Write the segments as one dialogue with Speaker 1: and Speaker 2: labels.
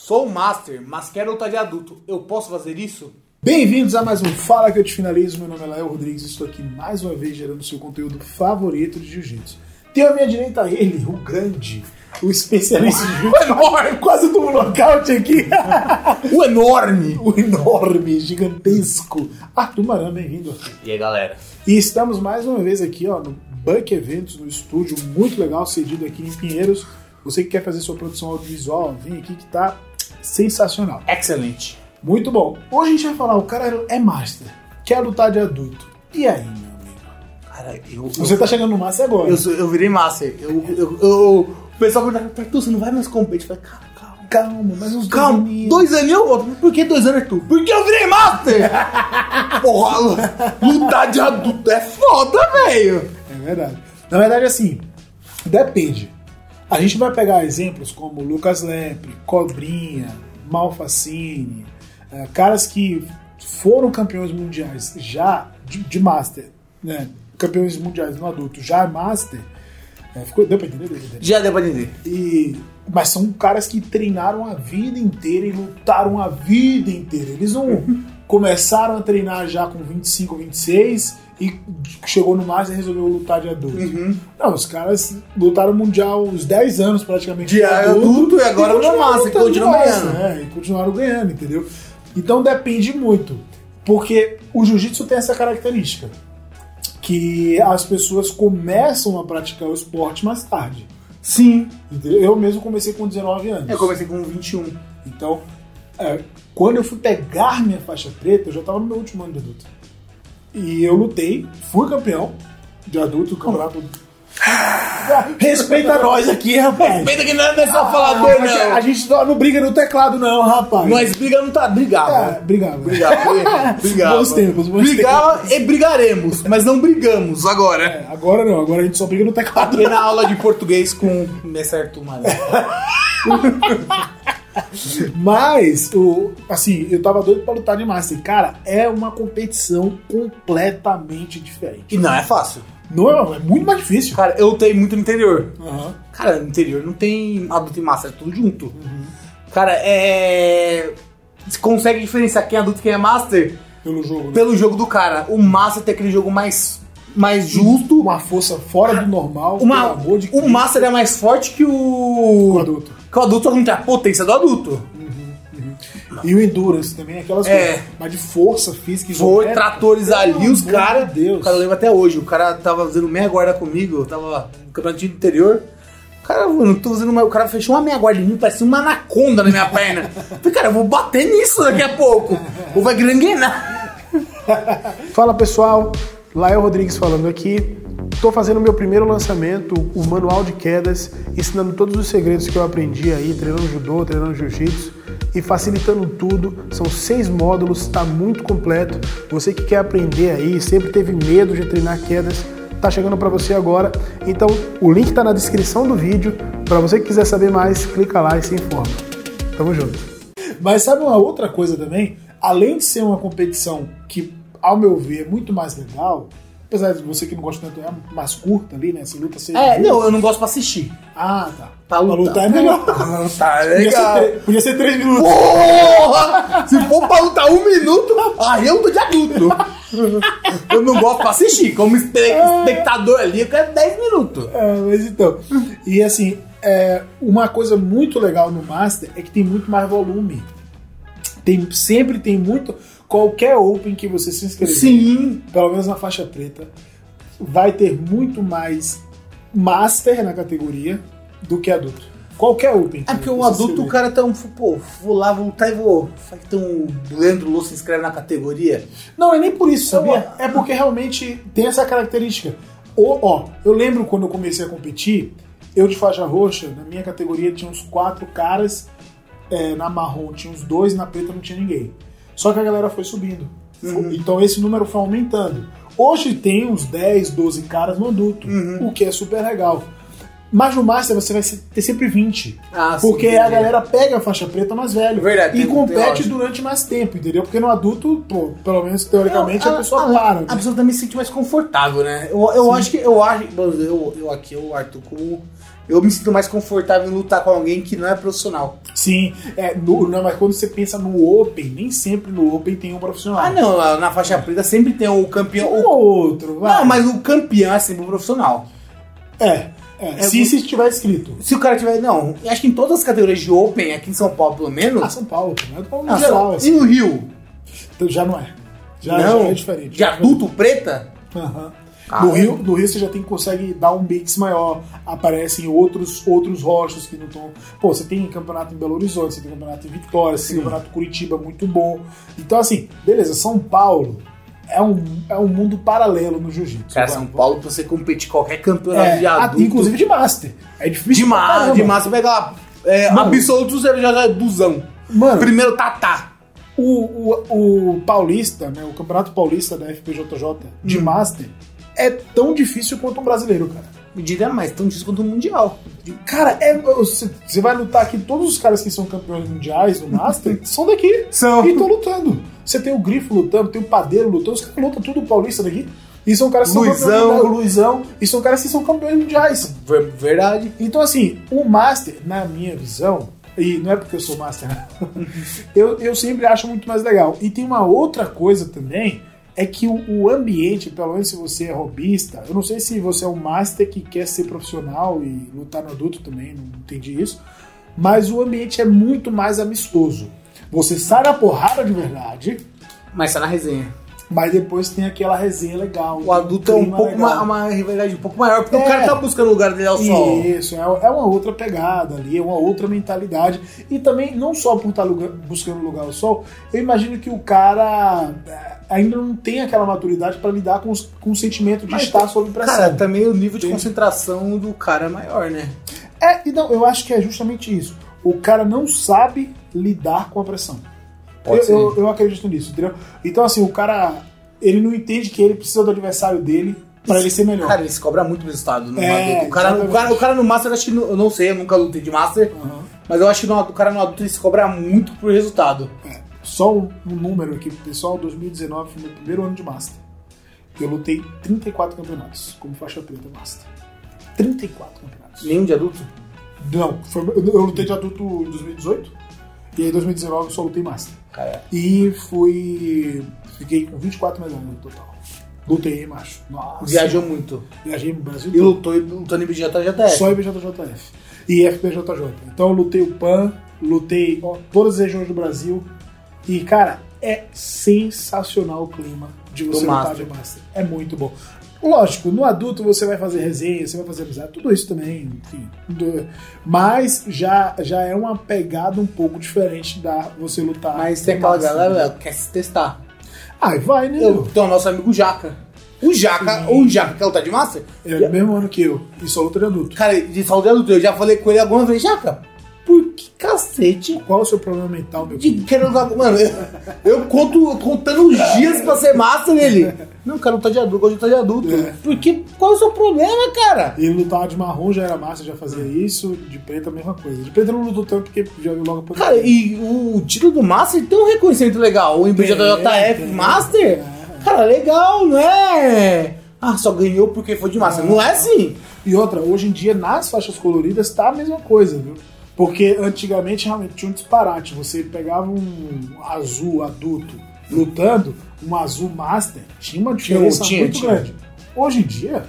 Speaker 1: Sou um master, mas quero lutar de adulto. Eu posso fazer isso?
Speaker 2: Bem-vindos a mais um Fala que eu te finalizo. Meu nome é Léo Rodrigues e estou aqui mais uma vez gerando o seu conteúdo favorito de jiu-jitsu. Tenho à minha direita ele, o grande, o especialista de jiu-jitsu. Quase do nocaute aqui.
Speaker 1: O enorme!
Speaker 2: o enorme, gigantesco Arthur Maran, bem-vindo. Arthur.
Speaker 3: E aí, galera?
Speaker 2: E estamos mais uma vez aqui ó, no Buck Eventos, no estúdio muito legal, cedido aqui em Pinheiros. Você que quer fazer sua produção audiovisual, vem aqui que tá sensacional.
Speaker 1: Excelente.
Speaker 2: Muito bom. Hoje a gente vai falar, o cara é master, quer lutar de adulto. E aí, meu amigo?
Speaker 1: Cara, eu.
Speaker 2: Você tá chegando no master agora.
Speaker 1: Eu, sou- eu virei master. Eu, eu, eu- o pessoal pergunta, Arthur, você não vai mais competir? Eu falei, calma, calma.
Speaker 2: Calma, mas uns
Speaker 1: Calma,
Speaker 2: meninos.
Speaker 1: dois anos eu outro. Por que dois anos, Arthur? Porque eu virei master! Porra, lutar de adulto é foda, velho!
Speaker 2: É verdade. Na verdade, assim, depende. A gente vai pegar exemplos como Lucas Lepre, Cobrinha, Malfacine, eh, caras que foram campeões mundiais já de, de Master, né? Campeões mundiais no adulto já Master. Eh, ficou, deu pra entender? Deu pra entender.
Speaker 1: Já deu pra entender.
Speaker 2: E, mas são caras que treinaram a vida inteira e lutaram a vida inteira. Eles não começaram a treinar já com 25, 26 e chegou no máximo e resolveu lutar de adulto.
Speaker 1: Uhum.
Speaker 2: Não, os caras lutaram mundial uns 10 anos praticamente.
Speaker 1: De adulto e agora no
Speaker 2: continuaram
Speaker 1: máximo,
Speaker 2: lutando
Speaker 1: continuam
Speaker 2: no máximo,
Speaker 1: ganhando.
Speaker 2: né? E continuaram ganhando, entendeu? Então depende muito. Porque o jiu-jitsu tem essa característica que as pessoas começam a praticar o esporte mais tarde.
Speaker 1: Sim.
Speaker 2: Entendeu? Eu mesmo comecei com 19 anos.
Speaker 1: Eu comecei com 21.
Speaker 2: Então, é, quando eu fui pegar minha faixa preta, eu já estava no meu último ano de adulto. E eu lutei, fui campeão de adulto, campeonato. Respeita nós aqui, rapaz.
Speaker 1: Respeita que não é só
Speaker 2: Ah, mas A gente não briga no teclado, não, rapaz.
Speaker 1: Nós briga não tá.
Speaker 2: É,
Speaker 1: Brigava.
Speaker 2: brigava.
Speaker 1: Brigava. brigava.
Speaker 2: Bons tempos, bons
Speaker 1: brigava e brigaremos, mas não brigamos agora.
Speaker 2: É, agora não, agora a gente só briga no teclado.
Speaker 1: Aqui na aula de português com Mestre Arthur Maria.
Speaker 2: Mas, o, assim, eu tava doido pra lutar de Master. Cara, é uma competição completamente diferente.
Speaker 1: E não é fácil.
Speaker 2: Não, é, é muito mais difícil.
Speaker 1: Cara, eu lutei muito no interior.
Speaker 2: Aham.
Speaker 1: Cara, no interior não tem adulto e master, é tudo junto. Cara, é. Você consegue diferenciar quem é adulto e quem é master
Speaker 2: Pelo jogo, né?
Speaker 1: pelo jogo do cara. O master tem aquele jogo mais, mais justo.
Speaker 2: Uma força fora do normal,
Speaker 1: Uma,
Speaker 2: pelo amor de
Speaker 1: o master é mais forte que o.
Speaker 2: O adulto.
Speaker 1: Que o adulto só que não tem a potência do adulto.
Speaker 2: E o Endurance também, aquelas
Speaker 1: É.
Speaker 2: coisas. Mas de força física e
Speaker 1: Foi
Speaker 2: jogo, é,
Speaker 1: tratores ali,
Speaker 2: pelo
Speaker 1: os
Speaker 2: amor
Speaker 1: caras.
Speaker 2: de Deus.
Speaker 1: O cara lembra até hoje. O cara tava fazendo meia guarda comigo, eu tava no campeonato de interior. O cara, mano, tô fazendo uma- O cara fechou uma meia guarda em mim, parecia uma anaconda na minha perna. Eu Falei, cara, eu vou bater nisso daqui a pouco. Ou vai granguenar.
Speaker 4: Fala pessoal, Lael Rodrigues falando aqui. Estou fazendo meu primeiro lançamento, o Manual de Quedas, ensinando todos os segredos que eu aprendi aí, treinando judô, treinando jiu-jitsu e facilitando tudo. São seis módulos, está muito completo. Você que quer aprender aí, sempre teve medo de treinar quedas, tá chegando para você agora. Então o link está na descrição do vídeo. Para você que quiser saber mais, clica lá e se informa. Tamo junto.
Speaker 2: Mas sabe uma outra coisa também? Além de ser uma competição que, ao meu ver, é muito mais legal, apesar de você que não gosta tanto, é mais curta ali, né? Você luta seis
Speaker 1: É,
Speaker 2: minutos.
Speaker 1: não, eu não gosto pra assistir.
Speaker 2: Ah, tá.
Speaker 1: Pra lutar.
Speaker 2: é melhor.
Speaker 1: Tá
Speaker 2: Podia ser, tre- podia ser três minutos.
Speaker 1: Porra! Se for pra lutar um minuto, aí eu tô de adulto. Eu não gosto pra assistir. Como espe- espectador ali, eu quero 10 minutos.
Speaker 2: É, mas então. E assim, é, uma coisa muito legal no Master é que tem muito mais volume. Tem, sempre tem muito. Qualquer Open que você se inscrever,
Speaker 1: Sim.
Speaker 2: pelo menos na faixa preta, vai ter muito mais Master na categoria do que adulto. Qualquer Open. que
Speaker 1: É porque
Speaker 2: você
Speaker 1: o
Speaker 2: se
Speaker 1: adulto, o
Speaker 2: inscrever.
Speaker 1: cara tá um. Pô, vou lá, vou lutar e vou. Será que tem um Leandro Lúcio se inscreve na categoria?
Speaker 2: Não, é nem por isso, sabia? É porque realmente tem essa característica. Ou, ó, eu lembro quando eu comecei a competir, eu de faixa roxa, na minha categoria tinha uns quatro caras, é, na marrom tinha uns dois, na preta não tinha ninguém. Só que a galera foi subindo. Então esse número foi aumentando. Hoje tem uns 10, 12 caras no adulto, o que é super legal. Mas no Master você vai se- ter sempre 20.
Speaker 1: Ah, sim,
Speaker 2: porque a
Speaker 1: entendi.
Speaker 2: galera pega a faixa preta mais velho.
Speaker 1: Verdade,
Speaker 2: e
Speaker 1: tem- um tem
Speaker 2: compete
Speaker 1: lógica.
Speaker 2: durante mais tempo, entendeu? Porque no adulto, pô, pelo menos teoricamente, a, pessoa para. né?
Speaker 1: A pessoa também se sente mais confortável, né? Eu, eu acho que. Eu acho. bom, Eu, eu aqui, eu, Arthur, como eu me sinto mais confortável em lutar com alguém que não é profissional.
Speaker 2: Sim, é, no- não, mas quando você pensa no Open, nem sempre no Open tem um profissional.
Speaker 1: Ah, não, lá na faixa preta sempre tem o campeão.
Speaker 2: Um
Speaker 1: o-
Speaker 2: ou outro, vai.
Speaker 1: Não, mas o campeão é sempre um profissional.
Speaker 2: É, é,
Speaker 1: É,
Speaker 2: se isso estiver escrito.
Speaker 1: Se o cara tiver. Não, eu acho que em todas as categorias de Open, aqui em São Paulo pelo menos.
Speaker 2: Ah, São Paulo, né? Tô falando
Speaker 1: Ah,
Speaker 2: no geral,
Speaker 1: só- e
Speaker 2: assim.
Speaker 1: no Rio?
Speaker 2: Então já não é. Já,
Speaker 1: não,
Speaker 2: já é diferente.
Speaker 1: De adulto preta?
Speaker 2: Aham.
Speaker 1: Ah,
Speaker 2: no,
Speaker 1: é.
Speaker 2: Rio, no Rio você já tem, consegue dar um mix maior, aparecem outros outros rochos que não estão. Pô, você tem campeonato em Belo Horizonte, você tem campeonato em Vitória, você tem campeonato em Curitiba muito bom. Então, assim, beleza, São Paulo é um, é um mundo paralelo no jiu-jitsu.
Speaker 1: Cara, São Paulo, pra você competir qualquer campeonato
Speaker 2: é,
Speaker 1: de
Speaker 2: a-
Speaker 1: adulto.
Speaker 2: inclusive de Master. É difícil.
Speaker 1: de massa,
Speaker 2: pra
Speaker 1: de
Speaker 2: caramba.
Speaker 1: massa, pega lá. É,
Speaker 2: Mano.
Speaker 1: absoluto zero já é duzão.
Speaker 2: Mano,
Speaker 1: Primeiro tatá.
Speaker 2: o, o, o Paulista, né? O Campeonato Paulista da FPJJ
Speaker 1: Hum.
Speaker 2: de Master é tão difícil quanto um brasileiro, cara.
Speaker 1: Me diria mais, tão difícil quanto o Mundial.
Speaker 2: Cara, é- você você vai lutar aqui, todos os caras que são campeões mundiais no Master são daqui.
Speaker 1: São.
Speaker 2: E estão lutando. Você tem o Grifo lutando, tem o Padeiro lutando, os caras lutam tudo paulista daqui. E são caras que são
Speaker 1: Luizão.
Speaker 2: campeões mundiais, o Luizão. E são caras que são campeões mundiais.
Speaker 1: Ver- Verdade.
Speaker 2: Então, assim, o Master, na minha visão, e não é porque eu sou Master, né? eu, eu sempre acho muito mais legal. E tem uma outra coisa também, é que o, o ambiente, pelo menos se você é hobbyista, eu não sei se você é um Master que quer ser profissional e lutar no adulto também, não entendi isso, mas o ambiente é muito mais amistoso. Você sai na porrada de verdade,
Speaker 1: Mas tá na resenha.
Speaker 2: mas depois tem aquela resenha legal.
Speaker 1: O adulto é um
Speaker 2: clima
Speaker 1: pouco
Speaker 2: legal.
Speaker 1: uma, uma rivalidade um pouco maior, porque
Speaker 2: É.
Speaker 1: o cara tá buscando o lugar dele ao sol.
Speaker 2: Isso, é, é uma outra pegada ali, é uma outra mentalidade. E também, não só por estar lugar- buscando lugar ao sol, eu imagino que o cara eh, ainda não tem aquela maturidade para lidar com, os- com o sentimento de
Speaker 1: Mas,
Speaker 2: estar sob pressão.
Speaker 1: Cara, também o nível de
Speaker 2: Sim.
Speaker 1: concentração do cara é maior, né?
Speaker 2: É, então, eu acho que é justamente isso. O cara não sabe lidar com a pressão.
Speaker 1: Pode
Speaker 2: Eu,
Speaker 1: ser.
Speaker 2: eu- eu acredito nisso, entendeu? Então, assim, o cara, ele não entende que ele precisa do adversário dele para ele ser melhor.
Speaker 1: Cara, ele se cobra muito resultado no
Speaker 2: É,
Speaker 1: adulto. O cara, o,
Speaker 2: exatamente.
Speaker 1: cara, o cara no Master, eu acho que. no- eu não sei, eu nunca lutei de Master.
Speaker 2: Aham.
Speaker 1: Mas eu acho que no- o cara no adulto ele se cobra muito por resultado.
Speaker 2: Só um, um número aqui, pessoal, 2019 foi meu primeiro ano de Master. Eu lutei 34 campeonatos como faixa preta Master. 34 campeonatos.
Speaker 1: Nenhum de adulto?
Speaker 2: Não, foi- eu, eu lutei de adulto em 2018 e aí em 2019 eu só lutei Master.
Speaker 1: Cara,
Speaker 2: E fui. Fiquei com 24 medalhas no total. Lutei, macho. Nossa.
Speaker 1: viajou muito.
Speaker 2: Viajei no Brasil
Speaker 1: E
Speaker 2: todo.
Speaker 1: lutou, e lutou no BJJ já até.
Speaker 2: Só IBJJF. E FPJJ. Então eu lutei o PAN, lutei ó, todas as regiões do Brasil. E, cara, é sensacional o clima de você
Speaker 1: Do
Speaker 2: lutar
Speaker 1: Master.
Speaker 2: de Master. É muito bom. Lógico, no adulto você vai fazer resenha, você vai fazer amizade, tudo isso também, enfim. Do- Mas já, já é uma pegada um pouco diferente da você lutar.
Speaker 1: Mas tem
Speaker 2: no
Speaker 1: aquela
Speaker 2: Master.
Speaker 1: galera que quer se testar.
Speaker 2: Ai, vai, né?
Speaker 1: Eu
Speaker 2: meu?
Speaker 1: tenho o nosso amigo Jaca. O Jaca,
Speaker 2: Sim.
Speaker 1: o Jaca quer lutar de Master?
Speaker 2: Ele é do mesmo ano que eu, e só luta de adulto.
Speaker 1: Cara, de saúde adulto, eu já falei com ele alguma vez, Jaca, por que cacete
Speaker 2: Qual é o seu problema mental, meu
Speaker 1: de querer lutar. Mano, eu, eu conto contando os dias pra ser Master nele. Não, quero lutar de adulto, eu gosto de lutar de adulto.
Speaker 2: É.
Speaker 1: Porque qual é o seu problema, cara?
Speaker 2: Ele lutava de marrom, já era massa, já fazia isso. De preto, a mesma coisa. De preto ele não lutou tanto porque já viu logo a
Speaker 1: Cara, e o, o título do Master tem um reconhecimento legal. O
Speaker 2: Tem,
Speaker 1: MBJJF
Speaker 2: tem.
Speaker 1: Master, cara, legal, não é? Ah, só ganhou porque foi de Master. Não é assim.
Speaker 2: E outra, hoje em dia, nas faixas coloridas, tá a mesma coisa, viu? Porque antigamente realmente tinha um disparate. Você pegava um azul adulto lutando, um azul master, tinha uma diferença
Speaker 1: Tinha,
Speaker 2: muito
Speaker 1: tinha.
Speaker 2: grande. Hoje em dia,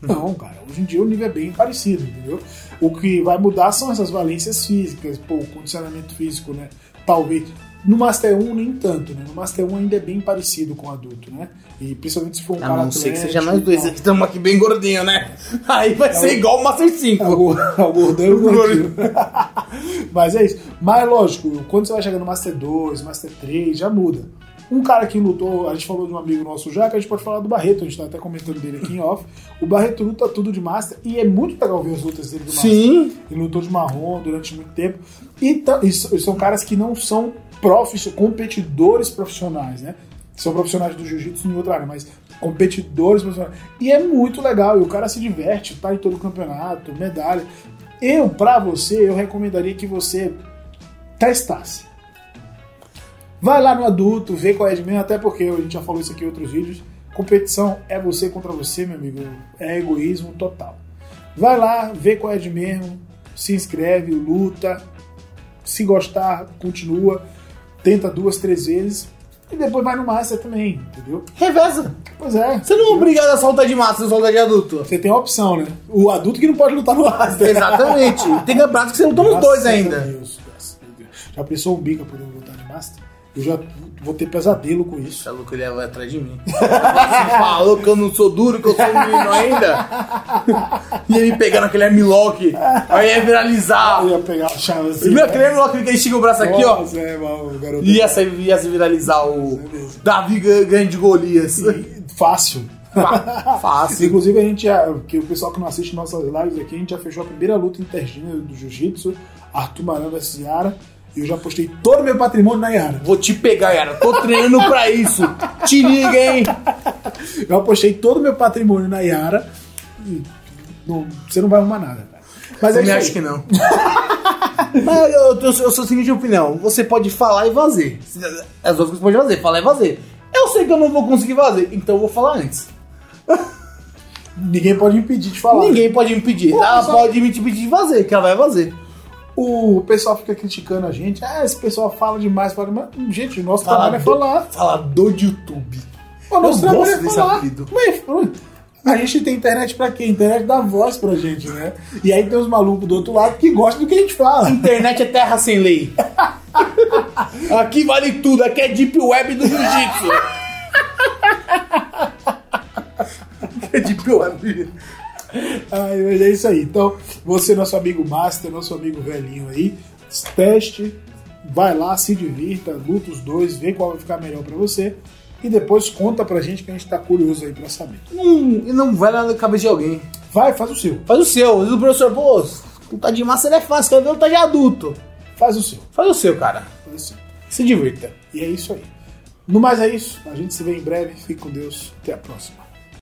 Speaker 2: não, cara. Hoje em dia o nível é bem parecido, entendeu? O que vai mudar são essas valências físicas, pô, o condicionamento físico, né? Talvez. No Master 1 nem tanto, né? No Master 1 ainda é bem parecido com o adulto, né? E principalmente se for um
Speaker 1: A
Speaker 2: cara tipo,
Speaker 1: não ser que seja
Speaker 2: atlético
Speaker 1: nós
Speaker 2: e
Speaker 1: dois
Speaker 2: tal.
Speaker 1: aqui, estamos aqui bem gordinho, né? Aí vai ser igual o Master 5.
Speaker 2: É o gor- é o gordão e o gordinho. Mas é isso. Mas lógico, quando você vai chegando no Master 2, Master 3, já muda. Um cara que lutou, a gente falou de um amigo nosso já, que a gente pode falar do Barreto, a gente tá até comentando dele aqui em off. O Barreto luta tudo de Master e é muito legal ver as lutas dele do Master.
Speaker 1: Sim.
Speaker 2: Ele lutou de marrom durante muito tempo. E, ta- e so- e são caras que não são profis, competidores profissionais, né? São profissionais do jiu-jitsu em outra área, mas competidores profissionais. E é muito legal, e o cara se diverte, tá em todo o campeonato, medalha. Eu, pra você, eu recomendaria que você testasse. Vai lá no adulto, vê qual é de mim, até porque a gente já falou isso aqui em outros vídeos. Competição é você contra você, meu amigo. É egoísmo total. Vai lá, vê qual é de mesmo, se inscreve, luta. Se gostar, continua. Tenta duas, três vezes. E depois vai no Master também, entendeu?
Speaker 1: Reveza.
Speaker 2: Pois é.
Speaker 1: Você não é obrigado a soltar de massa, você solta de adulto.
Speaker 2: Você tem a opção, né? O adulto que não pode lutar no Master.
Speaker 1: Exatamente. Tem campeonato que você lutou nos dois
Speaker 2: Graças a
Speaker 1: ainda.
Speaker 2: Deus, graças a Deus. Já pensou o Bica podendo lutar de Master? Eu já vou ter pesadelo com isso.
Speaker 1: Tá louco, ele vai atrás de mim. Assim, falou que eu não sou duro, que eu sou menino ainda. E ele pegando aquele armlock. Aí ia viralizar.
Speaker 2: Eu ia pegar a chave assim.
Speaker 1: Viu aquele armlock que ele estica o braço aqui, ó?
Speaker 2: Nossa, é, mano, garoto.
Speaker 1: Ia se, ia se viralizar o Davi Ga- Grande Golias.
Speaker 2: Fácil.
Speaker 1: Fa- Fácil.
Speaker 2: Inclusive, a gente já, que o pessoal que não assiste nossas lives aqui, a gente já fechou a primeira luta intergênero do Jiu-Jitsu, Arthur Maran versus Yara. E eu já postei todo o meu patrimônio na Yara.
Speaker 1: Vou te pegar, Yara. Tô treinando pra isso. Te liga, hein?
Speaker 2: Eu apostei todo o meu patrimônio na Yara e não- você não vai arrumar nada, cara. Mas é
Speaker 1: Você me
Speaker 2: isso
Speaker 1: acha
Speaker 2: aí.
Speaker 1: que não. Mas eu, eu, eu sou a seguinte opinião: você pode falar e fazer. As duas coisas você pode fazer, falar e fazer. Eu sei que eu não vou conseguir fazer, então eu vou falar antes.
Speaker 2: Ninguém pode impedir de falar.
Speaker 1: Ninguém pode me pedir.
Speaker 2: Pô,
Speaker 1: ela
Speaker 2: só-
Speaker 1: pode me pedir de fazer, que ela vai fazer.
Speaker 2: O pessoal fica criticando a gente. Ah, esse pessoal fala demais, fala demais. Gente, o nosso trabalho é
Speaker 1: Falador-
Speaker 2: falar.
Speaker 1: Falador de YouTube.
Speaker 2: O nosso
Speaker 1: Eu
Speaker 2: trabalho
Speaker 1: gosto
Speaker 2: é
Speaker 1: desse
Speaker 2: falar.
Speaker 1: apelido.
Speaker 2: Mas, hum, a gente tem internet pra quê? Internet dá voz pra gente, né? E aí tem os malucos do outro lado que gostam do que a gente fala.
Speaker 1: Internet é terra sem lei. Aqui vale tudo, aqui é Deep Web do Jiu-Jitsu. é Deep Web.
Speaker 2: Ai, mas é isso aí. Então, você, nosso amigo Master, nosso amigo velhinho aí, teste, vai lá, se divirta, luta os dois, vê qual vai ficar melhor pra você. E depois conta pra gente que a gente tá curioso aí pra saber.
Speaker 1: Hum, e não vai lá na cabeça de alguém.
Speaker 2: Vai, faz o seu.
Speaker 1: Faz o seu. Diz o professor, pô, lutar de massa ele é fácil, quer ver lutar de adulto.
Speaker 2: Faz o seu.
Speaker 1: Faz o seu, cara.
Speaker 2: Faz o seu.
Speaker 1: Se divirta.
Speaker 2: E é isso aí. No mais é isso. A gente se vê em breve. Fique com Deus. Até a próxima.